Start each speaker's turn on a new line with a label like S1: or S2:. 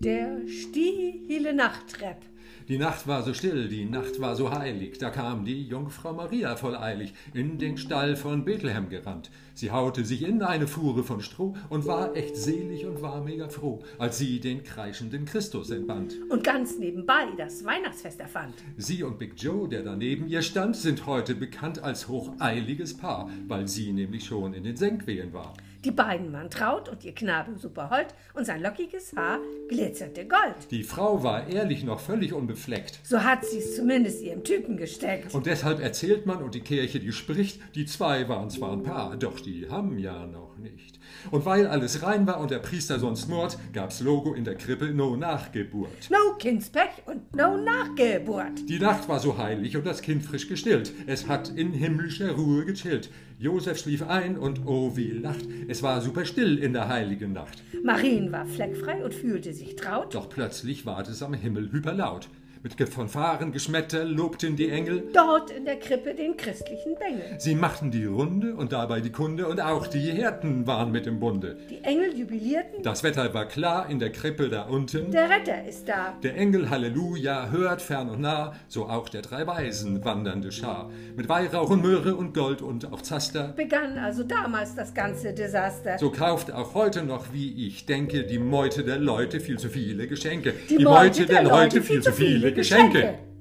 S1: Der stille Nachttrepp.
S2: Die Nacht war so still, die Nacht war so heilig, da kam die Jungfrau Maria voll eilig in den Stall von Bethlehem gerannt. Sie haute sich in eine Fuhre von Stroh und war echt selig und war mega froh, als sie den kreischenden Christus entband.
S1: Und ganz nebenbei das Weihnachtsfest erfand.
S2: Sie und Big Joe, der daneben ihr stand, sind heute bekannt als hocheiliges Paar, weil sie nämlich schon in den Senkwehen war.
S1: Die beiden waren traut und ihr Knabe superhold und sein lockiges Haar glitzerte Gold.
S2: Die Frau war ehrlich noch völlig unbefleckt.
S1: So hat sie es zumindest ihrem Typen gesteckt.
S2: Und deshalb erzählt man und die Kirche, die spricht, die zwei waren zwar ein Paar, doch die haben ja noch nicht. Und weil alles rein war und der Priester sonst mord, gab's Logo in der Krippe No Nachgeburt.
S1: No Kindspech und no Nachgeburt.
S2: Die Nacht war so heilig und das Kind frisch gestillt. Es hat in himmlischer Ruhe gechillt. Josef schlief ein und oh wie lacht. Es war super still in der heiligen Nacht.
S1: Marien war fleckfrei und fühlte sich traut.
S2: Doch plötzlich ward es am Himmel hyperlaut. Mit Ge- Fanfaren, Geschmetter lobten die Engel.
S1: Dort in der Krippe den christlichen Bengel.
S2: Sie machten die Runde und dabei die Kunde und auch die Hirten waren mit im Bunde.
S1: Die Engel jubilierten,
S2: Das Wetter war klar in der Krippe da unten.
S1: der Retter ist da.
S2: Der Engel Halleluja hört fern und nah, so auch der drei Weisen wandernde Schar. Mit Weihrauch und Möhre und Gold und auch Zaster.
S1: Begann also damals das ganze Desaster.
S2: So kauft auch heute noch, wie ich denke, die Meute der Leute viel zu viele Geschenke.
S1: Die Meute der Leute viel zu viele Geschenke.